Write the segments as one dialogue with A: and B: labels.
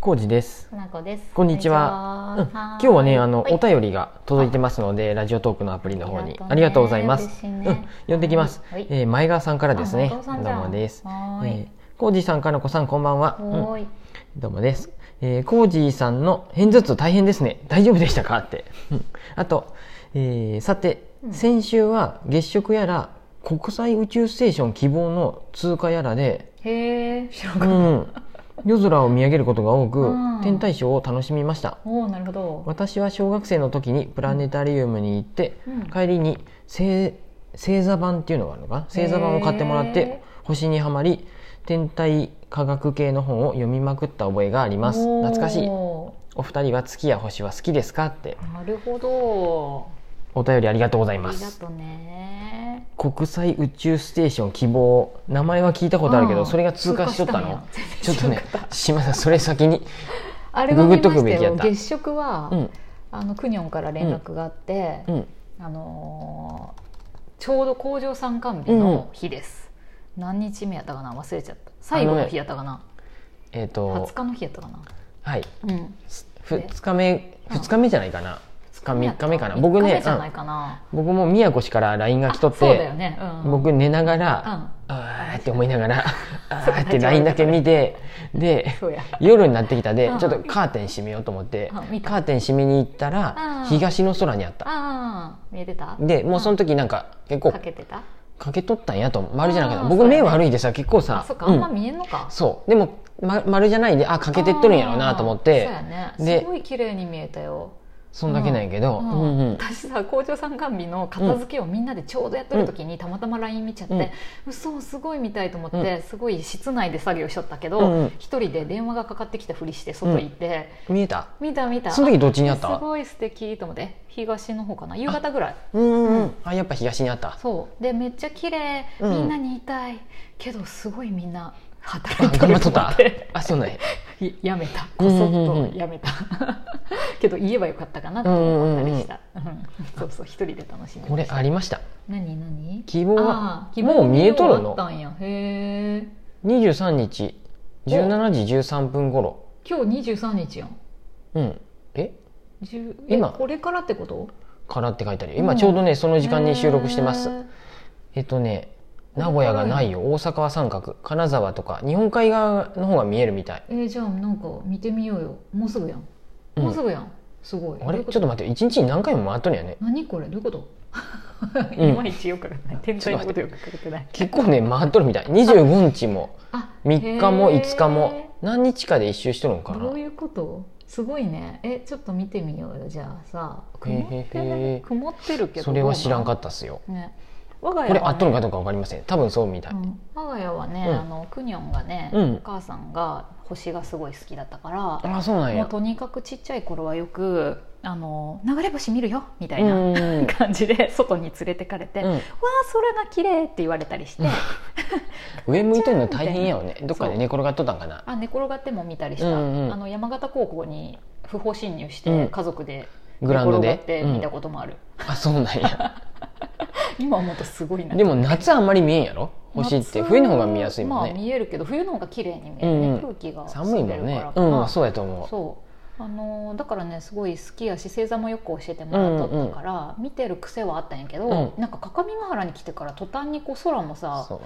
A: コウジです。
B: なこです。
A: こんにち
B: は
A: は。うん、今
B: はーい
A: 日はね、あの、
B: はい
A: お便りが届いてますので、ラジオトークのアプリの方に、
B: あ
A: あ
B: り
A: り
B: が
A: が
B: と
A: と
B: う
A: うご
B: ね
A: ざいます。
B: 嬉しいね
A: うん、読んできます。
B: はい
A: えー前川さんからです
B: あ
A: ね。
B: 前川さんじ
A: ど
B: ゃ
A: うんもです。え
B: はーい
A: ーコウジさん、かのこさん、こんばんは。うん
B: おーい。
A: どうもです。えー、コージーさんの片頭痛大変ですね。大丈夫でしたかって。うんあと、えーさて、
B: うん
A: 先週は月食やら、国際宇宙ステーション希望の通過やらで、
B: へえ。知らん
A: う
B: かった。
A: ん、夜空を見上げることが多く、
B: うん
A: 天体ショーを楽しみました。
B: おお、なるほど。
A: 私は小学生の時にプラネタリウムに行って、
B: うん
A: 帰りに星星座版っていうのがあるのかな星座版を買ってもらっ
B: へ
A: て星にはまり天体科学系の本を読みまくった覚えがあります
B: おー
A: 懐かしいお二人は月や星は好きですかって
B: なるほど。
A: お便りありがとうござい
B: あ
A: ま
B: りが
A: す
B: とうね。
A: 国際宇宙ステーション希望名前は聞いたことあるけ
B: う
A: ど
B: ん
A: それが通過しとったの
B: 通過
A: ちょっ
B: した
A: と
B: んや
A: ね島田それ先に
B: あれは見ま
A: ググっとく
B: した
A: べきや
B: よ。
A: った
B: 月食は、
A: うん
B: あのクニョンから連絡があって、
A: うん
B: あのーちょうど工場参観日の日です。何日目やったかな忘れちゃった最後の日やったかな、
A: えっ、
B: 20
A: と
B: 日の日やったかな
A: はい
B: うん
A: 2日目
B: うん
A: 2日目じゃないかな2日3日目かな僕
B: 三日
A: ね
B: 目じゃないかな、
A: うん僕も宮古市から LINE が来とっ
B: そうだよ
A: て
B: ね、うん、
A: 僕寝なが
B: う
A: ら
B: ん
A: あーって思いなが らあ
B: そう
A: ーって LINE だけ見てで
B: そ うや
A: 夜になってきたで
B: うん
A: ちょっとカーテン閉めようと思って
B: うん見た
A: カーテン閉めに行った
B: う
A: ら
B: ん
A: 東の空にあった
B: ああ見えてた
A: でもうその時なんか結構
B: かけてた
A: かけとったんやと思う丸じゃなくて
B: あー
A: 僕
B: そうだね
A: 目悪いでさ結構
B: あ
A: さ
B: そっか
A: う
B: あんま
A: ん
B: 見えんのか、
A: そうでもま丸じゃないであかけてっとるんやろうなと思っ
B: あー
A: て
B: そうやね
A: です
B: ごい綺麗に見えたよ、
A: そんだけなんやけど
B: う
A: うん
B: ん
A: うん
B: 私さ工場参観日の片付けをみんなでちょうどやってる時にたまたま LINE 見ちゃって、嘘すごい見たいと思って、すごい室内で作業しとったけど
A: うんうん
B: 一、人で電話がかかってきたふりして外行って、
A: 見えた
B: 見た見た
A: その時どっちにあった
B: すごい素敵と思って東の方かな夕方ぐらい
A: うんうんうんあやっぱ東にあ った
B: そうでめっちゃ綺麗
A: うん
B: みんなに言いたい、けどすごいみんな働
A: あ
B: いて
A: 頑張っ
B: る
A: と
B: と
A: っ
B: 思
A: た
B: って
A: あそうなんや
B: いやめた
A: う
B: こ
A: んうん
B: そ
A: うん
B: っとやめた けど言えばよかったかなと思ったりした、うんそうそう一人で楽しんで
A: これありました
B: 何何
A: 希望
B: あ
A: は
B: ー希望
A: もう見えとる
B: あった
A: の
B: んやへえ
A: 23日17時13分頃
B: 今日23日やん
A: うんえ
B: 10え
A: 今
B: これからってこと
A: からって書いてあるよ今ちょうどねその時間に収録してます
B: へー
A: えっとね名古屋がないよ大阪は三角金沢とか日本海側の方が見えるみたい
B: えーじゃあなんか見てみようよもうすぐやん
A: うん
B: もうすぐやん、すごい
A: あれちょっ
B: と
A: と待って一日に何回も回っとるんやね
B: 何これどういうこと
A: うん
B: いまいちよくわかんない天体のことよくわかってない
A: 結構ね回っとるみたい25日も
B: あ
A: 3日も
B: へー
A: 5日も何日かで一周しとるのか
B: ど
A: な
B: ういうことすごいねえちょっと見てみようよじゃあさ
A: へ
B: 曇
A: ー
B: ってね曇ってるけど
A: それは知らんか
B: っ
A: ったっすよ
B: たね我が家
A: これ
B: はね
A: 合っとるかどうか分かりません多分そうみたい
B: うん我が家はね、
A: うん
B: あのクニョンがね、
A: うん
B: お母さんが星がすごい好きだったから、
A: あそうなん
B: もう
A: や
B: とにかくちっちゃい頃はよくあの流れ星見るよみたいな、
A: うんうんうん
B: 感じで外に連れてかれて「
A: う
B: わ
A: ん
B: あ空が綺麗って言われたりして
A: 上向いてるの大変やよねどっか
B: そ
A: で
B: う
A: 寝転がっとったんかな
B: あ寝転がっても見たりした、
A: うんうん
B: あの山形高校に不法侵入し
A: う
B: て
A: ん
B: 家族で
A: グラウンド
B: 転が
A: で
B: って
A: うん
B: 見たこともある、
A: あそうなんや
B: 今思うとすごいな
A: でも夏あんまり見えんやろ星って
B: 夏
A: 冬の方が見やすいもん
B: まあ、
A: ね、
B: 見えるけど冬の方が綺麗に見え
A: う
B: るね、
A: んうん
B: 空気が
A: 寒いもん
B: 吸って
A: ね
B: るからか
A: う、
B: なん
A: そうやと思
B: そうあのーだからねすごい好きやし星座もよく教えてもらっとったから、見てる癖はあったんやけど、
A: う
B: なんか各務原に来てから途端にこう空も
A: う
B: さ
A: そう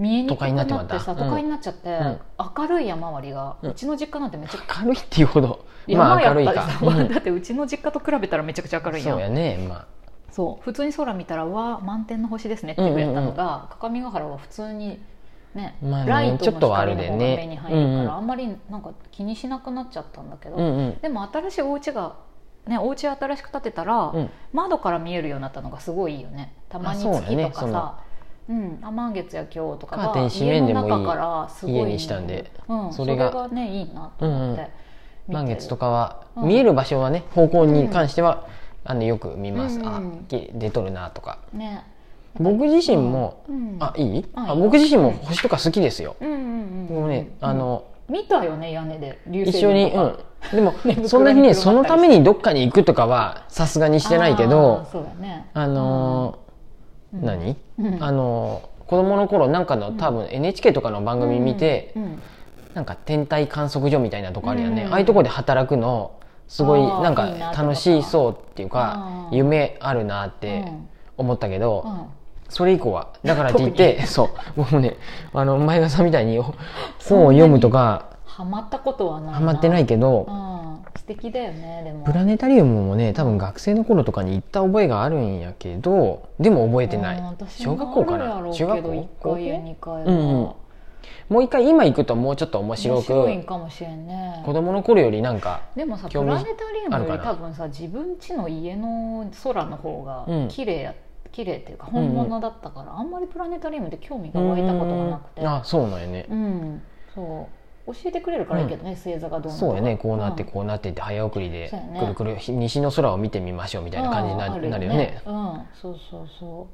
B: 見えにく
A: 都会
B: く
A: に
B: な
A: な
B: っ
A: ってて
B: さ
A: また
B: 都会になっちゃって、
A: うん
B: 明るい山割りが、う
A: うん
B: ちの実家なんてめちゃくちゃ
A: 明るいっていうほどま
B: 山
A: あ
B: や
A: 明る
B: った
A: い
B: り
A: か
B: さ、
A: うん
B: だってうちの実家と比べたらめちゃくちゃ明るいや
A: そ
B: ん
A: う
B: そ
A: や
B: う
A: ねま
B: 普通に空見たらわあ満天の星ですねって言われたのが、各務原は普通にね,、
A: まあね
B: ライト
A: ちょ
B: の
A: っとはあ
B: 光
A: るで
B: の方が
A: ね
B: 目に入るか
A: う
B: ら、
A: んうん
B: あんまりなんか気にしなくなっちゃったんだけ
A: あ
B: ど、
A: うんうん
B: でも新しいお家がねお家新しく建てたら、
A: うん
B: 窓から見えるようになったのがすごいいいよねたまに
A: あそうだ
B: 月と
A: ね
B: か
A: その
B: さうん、あ満月や今日とか
A: カーテ
B: が
A: ン閉めんでもいい
B: 家の中からすごい見える
A: 家にしたんで、
B: うん、そ
A: そ
B: れ
A: れが
B: がねいいなと思って、
A: うんうん満月と
B: か
A: かは
B: うん
A: 見える場所はね方向に関してはあのよく見ます
B: うん
A: あ
B: うん
A: き出とるなとか
B: ね
A: 僕自身も
B: うん、
A: あいい
B: うん
A: あ僕自身も星とか好きですよ
B: うんうんうん
A: 僕もねあの
B: 見たよね屋根で流
A: 一緒に、
B: とか
A: うん、で も
B: 眠くなる
A: そんなに
B: よう
A: ね
B: になったりして
A: そのためにどっかに行くとかはさすがにしてないけ
B: あー
A: ど
B: そうだね
A: あのー
B: うん
A: 何、
B: うん
A: あのー子供の頃なんかの多分 NHK ーとかの番組見て、
B: うんうん
A: なんか天体観測所みたいなとこあるよね、
B: うん
A: ああいうとこで働くのすごい
B: あー
A: なんか
B: いいなってこと
A: 楽しそうっていうか
B: あー
A: 夢あるなって
B: うん
A: 思ったけど、
B: うん
A: それ以降はだからって言ってそう僕もねあの前田さんみたい に本を読むとか
B: ハマったことはない、
A: ハマってないいけど、
B: うん、素敵だよねでも
A: プラネタリウムもね多分学生の頃とかに行った覚えがあるんやけどでも覚えてない
B: うん私も
A: 小学校か
B: ある
A: な
B: や
A: 中
B: ろう
A: 学
B: けど
A: 校
B: 1
A: 高
B: 回や
A: 校
B: 2回は、
A: うんうんもう一回今行くともうちょっと面白
B: 面
A: く
B: 白いんかもしれんね
A: 子供の頃よりなんか
B: でもさプ
A: 興味
B: ラネタリウムよ
A: ある
B: り
A: かな
B: 多分さ自分家の家の空の方が
A: うん
B: 綺麗や、綺麗っていうか本物だったから、あんまりプラネタリウムで興味が湧いたことがなくて
A: うんあそうなんやね
B: うん、そう教えてくれるからいいけどね、星座がどうな
A: そうやねこうなって
B: み
A: こうなってって早送りで
B: そうやね
A: くるくる西の空を見てみましょうみたいな感じにななるよね
B: うん、そうそうそ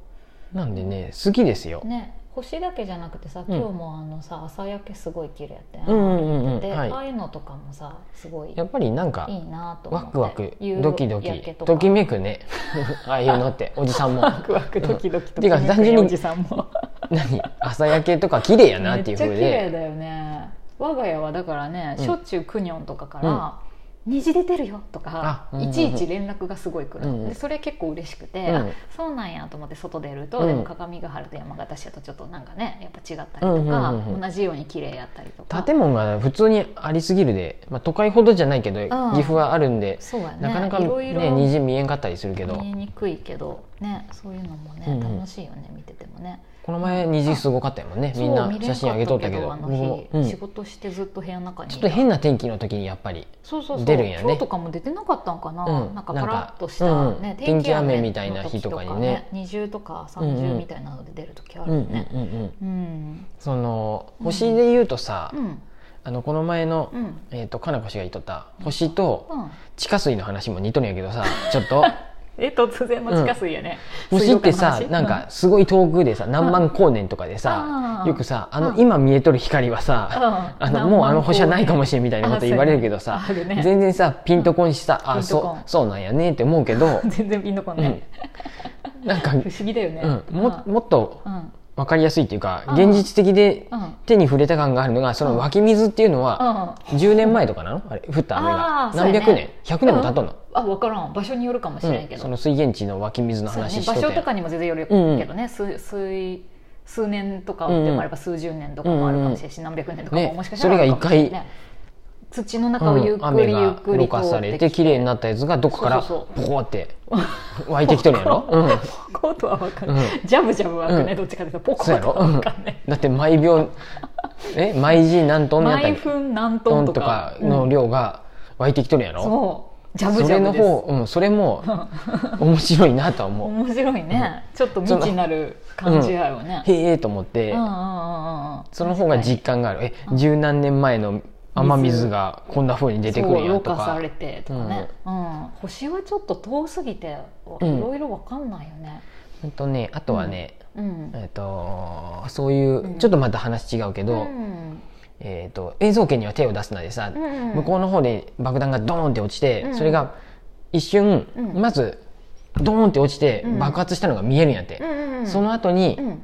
A: なんでね好きですよ
B: うね星だけじゃなくてさ
A: うん
B: 今日もあのさ朝焼けすごい綺麗やったよ
A: う
B: ね
A: んうんうんうん
B: で、あ
A: は
B: あいうのとかもさすごい
A: いやっぱりなんか
B: いいなと思っ
A: ワ
B: て
A: クワク
B: 夕
A: ドキド
B: 焼け
A: キ
B: とか
A: ときめく ねああいうのっておじさんも
B: ワクワクド キドキと
A: てか
B: きめく
A: 単純に
B: おじさんも
A: 何朝焼けとか綺麗やなっていうふ
B: め
A: う
B: っちゃ綺麗
A: で
B: だよね我が家はだからね、
A: うん
B: しょっちゅうクニョンとかから「虹出てるよ」とか、
A: あうんうんうん
B: いちいち連絡がすごい来る、
A: うんうん
B: でそれ結構嬉しくて、
A: うん
B: あそうなんやと思って外出ると、
A: うん
B: でも鏡ヶ原と山形市だとちょっとなんかねやっぱ違ったりとか、
A: うんうんうんうん
B: 同じように綺麗やったりとか
A: 建物が普通にありすぎるで、まあ、都会ほどじゃないけど岐阜はあるんで、
B: そうやね
A: なかなか、
B: いろいろ
A: ね、虹見えんかったりするけど
B: 見えにくいけどねそういうのもね、
A: うんうん
B: 楽しいよね見ててもね
A: この前虹すごかったよねみんな
B: そう見れ
A: 写
B: か
A: 真あげとったけど
B: あ
A: 僕
B: の日
A: も、、うん
B: 仕
A: ちょ
B: 事してずっと部屋の中にいた
A: っと変な天気の時にやっぱり
B: そうそうそう
A: 出るんやね
B: 今日とかも出てなかったんかな、
A: うん
B: なんかパラッとし
A: な
B: た、
A: んか
B: ね
A: うん天気雨みたいな日とかにね
B: 二重とか
A: う
B: 三
A: んう
B: 重
A: ん
B: みたいなので出る時
A: う
B: あ
A: ん
B: る
A: う
B: よ
A: ん
B: ね
A: うんうん
B: うん
A: その
B: うん
A: 星で言うとさ、
B: うんうん
A: あのこの前の、
B: うん
A: えー、とかなこ氏が言っとった星と地下水の話も似とるんやけど さちょっと
B: え突然の地下水やね、
A: 星ってさ
B: 水道
A: なん
B: 管の話
A: かすごい遠くでさ何万光年とかで
B: あ
A: さ
B: ー
A: よくさあ
B: う
A: の
B: ん
A: 今見えとる光はさ
B: うん
A: あの
B: 何万
A: もうあの星はないかもしれんみたいなこと言われるけどさ
B: あそうやねある ね
A: 全然さピンとこんしさ
B: ピ
A: あ
B: ンとこ
A: そ
B: ん
A: うそうなんやねって思うけど
B: 全然ピンとこんね、
A: うんなんか
B: 不思議だよね、
A: うんももっと
B: うんうん
A: 分かりやすいっていうか
B: うん
A: 現実的で
B: うん
A: 手に触れた感があるのがその湧き水っていうのは
B: あ
A: 10年前とかなのあれ降った雨
B: あ
A: が
B: ー
A: 何
B: そ
A: 百
B: うや
A: 年
B: ね
A: 100年も経っとんの
B: 分からん場所によるかもしれんけ
A: うん
B: ど、
A: その水源地の湧き水の
B: そうや
A: 話
B: ね
A: しと
B: 場
A: った
B: 所
A: や
B: と
A: ん
B: かにも全然よるけ
A: うん
B: どね、数数数年とかでもあれば数十年とかもあるかもしれないし、何百年とかも
A: ね
B: もしかしたらあるかもしれないね土の中をゆっ
A: うん
B: くりゆっくり
A: 雨がろ過されて綺麗になったやつがどこから
B: そう
A: ボコって湧いてきとるんやろ、うん、
B: コートは分かる、
A: うん
B: ジャブジャブ湧くね、
A: うん
B: どっちかというとポコ
A: そうや
B: と
A: ろ、
B: か
A: うん
B: 分かんない、
A: だって毎秒え毎時何トンやったっ
B: 毎
A: け
B: 分何
A: ト
B: トン
A: ン
B: と
A: と
B: か
A: かの量が湧いてきとるんや
B: うん
A: ろ、
B: そうジャブ
A: そ
B: ジ
A: れ
B: ャブ
A: の
B: です
A: 方、うん、それも面白いなとは思
B: 面白いね、ちょっと未知になる感じだよね
A: う、へえと思って、
B: うんうんうんうん、
A: その方が実感があるえ十何年前の雨水がこんなふうに出てくるんや
B: そう
A: と
B: ろ過さ
A: か
B: れてとかね、うん星はちょっと遠すぎて
A: う
B: い
A: ん
B: ろいろ分かんないよね、
A: ほんとねあとはね、
B: うん
A: えっとそういう、
B: うん
A: ちょっとまた話違うけど、
B: うん
A: えー、と映像圏には手を出すなでさ、
B: うん
A: 向こうの方で爆弾がドーンって落ちて、
B: うん
A: それが一瞬、
B: うん
A: まずドーンって落ちて
B: うん
A: 爆発したのが見えるんやって、
B: うんうん、
A: その後に
B: うん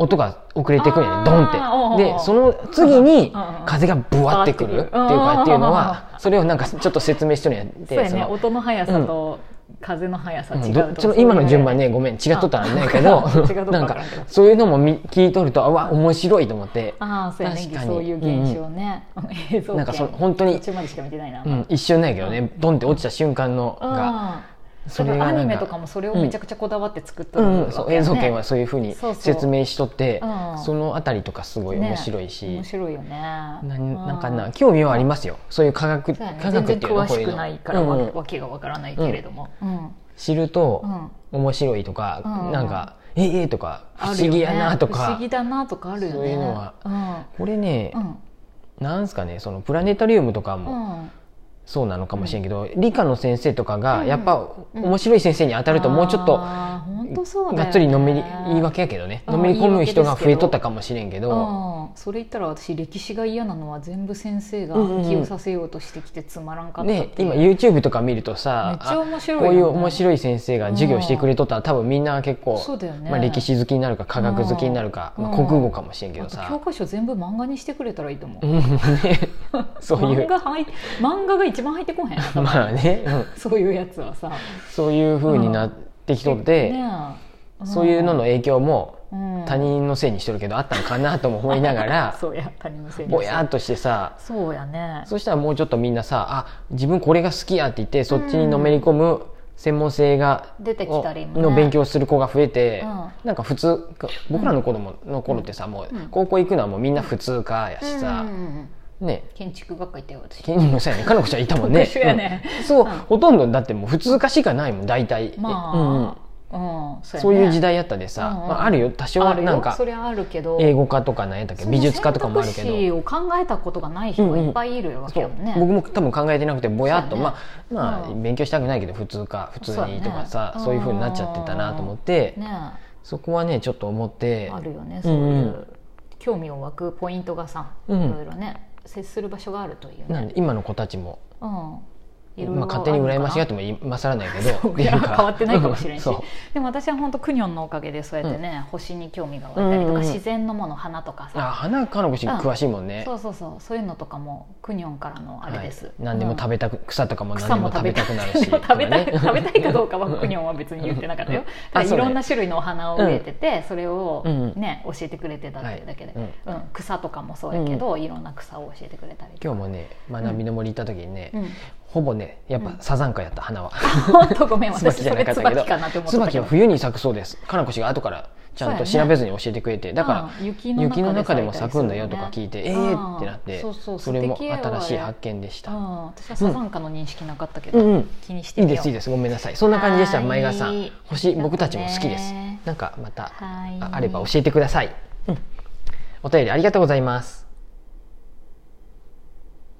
A: 音が遅れてくるんや
B: あー
A: ねドーンっ
B: おうおうおう
A: てでその次に
B: うんうん
A: 風がブワってくるっていうかっていうのはそれをなんかちょっと説明しとるんやって
B: そうや
A: そ
B: ね
A: の
B: 音の速さと風の速さ
A: う
B: 違
A: ん
B: う
A: ど
B: と
A: っちの今の順番ねごめん違っとったらあんないけど
B: あ違うと こ
A: なん
B: わから
A: か
B: んけど
A: そういうのも見聞いとるとあわ面白いと思って、
B: ああそうやね
A: 確かに
B: そういう現象ね、 映像
A: なんかその本当に
B: 途中までしか見てないな、
A: うん、一瞬ないけどねドンって落ちた瞬間のが。
B: それアニメとかもそれをめちゃくちゃこだわって作った
A: うんうんそう映像権はそういうふうに
B: そうそう
A: 説明しとって
B: うん
A: そのあたりとかすごい面白いし、
B: 面白いよねな
A: ななんかな興味はありますよそういう科学
B: そうやね
A: 科
B: 全
A: 学っ
B: 然
A: ていうの
B: 詳
A: こう
B: し
A: いう
B: く
A: の
B: ないから
A: うん
B: わ,、
A: うん
B: けがわからないけれども、うん
A: 知ると
B: うん
A: 面白いとか、
B: うん
A: なんか「ええとか「不
B: あるよね
A: 思議やな」と
B: 不
A: か、
B: 思議だなとかあるよね
A: そういうのは
B: うん
A: これね、
B: うん
A: なんすかねそのプラネタリウムとかも、
B: うん
A: そうなのかもしれんけど、理科の先生とか
B: う
A: が
B: ん
A: やっぱ
B: うん
A: 面白い先生に当たるともうちょっと
B: あー本当そうだよね
A: がっつりのめり言い訳やけどね
B: うん
A: のめり込む人が増えとっ
B: 言い訳です
A: た
B: けど
A: かもしれんけど
B: うんそれ言ったら私歴史が嫌なのは全部先生が
A: うんうんうん
B: 起用させようとしてきてつまらんかったっていう、
A: ね今
B: めっ
A: YouTube とか見るとさ
B: ちゃ面白い
A: あこう
B: よね
A: いう面白い先生が授業してくれとったら多分みんな結構
B: そうだよね、
A: まあ歴史好きになるか科学好きになるか
B: うん
A: まあ国語かもしれんけど
B: あと教
A: さ
B: 科書全部漫画にしてくれたらいいと思う、
A: うんね そうい
B: 漫
A: う
B: 画入っ漫画が一番入ってこへん
A: まあねうん
B: そういうやつはさ
A: そういう風になってきとってそういうのの、影響も他人のせいにしてるけどあったのかなとも思いながら
B: そうや他人のせいに
A: ぼやっとしてさ
B: そうやね
A: そしたらもうちょっとみんなさあ自分これが好きやって言ってそっちにのめり込む専門性が、
B: 出てきたりもね
A: の勉強する子が増えて、
B: うん
A: なんか普通僕らの子供の頃ってさ、もう
B: うん
A: 高校行くのはもうみんな普通科やしさ
B: うん、うんうん
A: ね
B: 建築学科行ったよ私
A: ケニーもそうやねかのこちゃんいたもんね
B: 特殊やね
A: うんそう、
B: うん
A: ほとんどだってもう普通科しかないもん大体、
B: まあ、うん
A: う
B: そ
A: ん、そういう時
B: 代
A: 代やったでさ、
B: うんうん
A: まあ、あるよ多少
B: あ
A: は
B: るよ
A: なんか
B: それはあるけど
A: 英語科とかなんやったっけ
B: その
A: 美術科とかもあるけど
B: 選択肢を考えたことがない人がいっぱいいるわ
A: そ
B: けよ
A: う
B: ね、
A: 僕も多分考えてなくてぼやっと、
B: そうやね
A: まあまあ、
B: うん
A: 勉強したくないけど普通か普通にとかさそう,、
B: そうやね
A: いうふうになっちゃってたなと思って、
B: ね
A: そこはねちょっと思って
B: あるよね
A: う
B: そうんいう、
A: うん
B: 興味を湧くポイントがさ、
A: うん
B: いろいろね接する場所があるという
A: な
B: ね、
A: んで今の子たちも、
B: うん、いろいろ
A: まあ、勝手に
B: る
A: 羨
B: の
A: まし
B: かな
A: がっても今更ないけど
B: そう
A: っていう
B: いや変わってないかもしれんし
A: そう
B: でも私は本当クニョンのおかげでそうやってね、星に興味が湧いたり
A: う
B: とか、
A: んうんうん
B: 自然のもの花とか
A: あ
B: さ
A: 花かのこし詳しいもんね、
B: そうそうそうそういうのとかもクニョンからのあれです、
A: はい何でも食べたく草とかも
B: うん
A: 何
B: 草
A: で
B: も
A: も
B: 食
A: 食
B: べ
A: べ
B: た
A: たく
B: くな
A: な
B: る
A: る
B: し
A: し
B: 食
A: とか
B: べたい食べ
A: ね
B: たいかどうかはクニョンは別に言ってなかったよ
A: うんあ
B: だから
A: そう
B: い
A: ね
B: ろんな種類のお花を植えててそれを
A: うん
B: ね教えてくれてたっていうだけで、
A: はい
B: うん草とかもそうやけど、いろんな草を教えてくれたり
A: 今日もね学びの森行った時にね、
B: うん
A: ほぼねやっぱサザンカやった花は、
B: 本当ごめん
A: 椿
B: 私
A: じゃ
B: そ
A: な
B: れ
A: かったけ
B: 椿
A: ど
B: かなって思ってたけ
A: 椿
B: ど
A: は冬に咲くそうですかなこ氏が後からちゃんと
B: そうや
A: 調
B: ね
A: べずに教えてくれてだから
B: うん雪
A: 雪の中でも
B: 咲
A: 咲
B: いたり
A: くん
B: する
A: だ
B: よ
A: よ
B: ね
A: とか聞いてええ
B: うん
A: ってなって
B: そうそう
A: それも
B: 素敵やわ
A: 新しい発見でし
B: う
A: た
B: ん私はサザンカの認識なかったけど、
A: うんうん
B: 気にして
A: いい
B: みよう
A: ですいいですごめんなさいそんな感じでした
B: はい
A: 前川さん星僕たちも好きです
B: なんかね
A: なんかまた
B: はい
A: ああれば教えてくださいうんお便りありがとうございます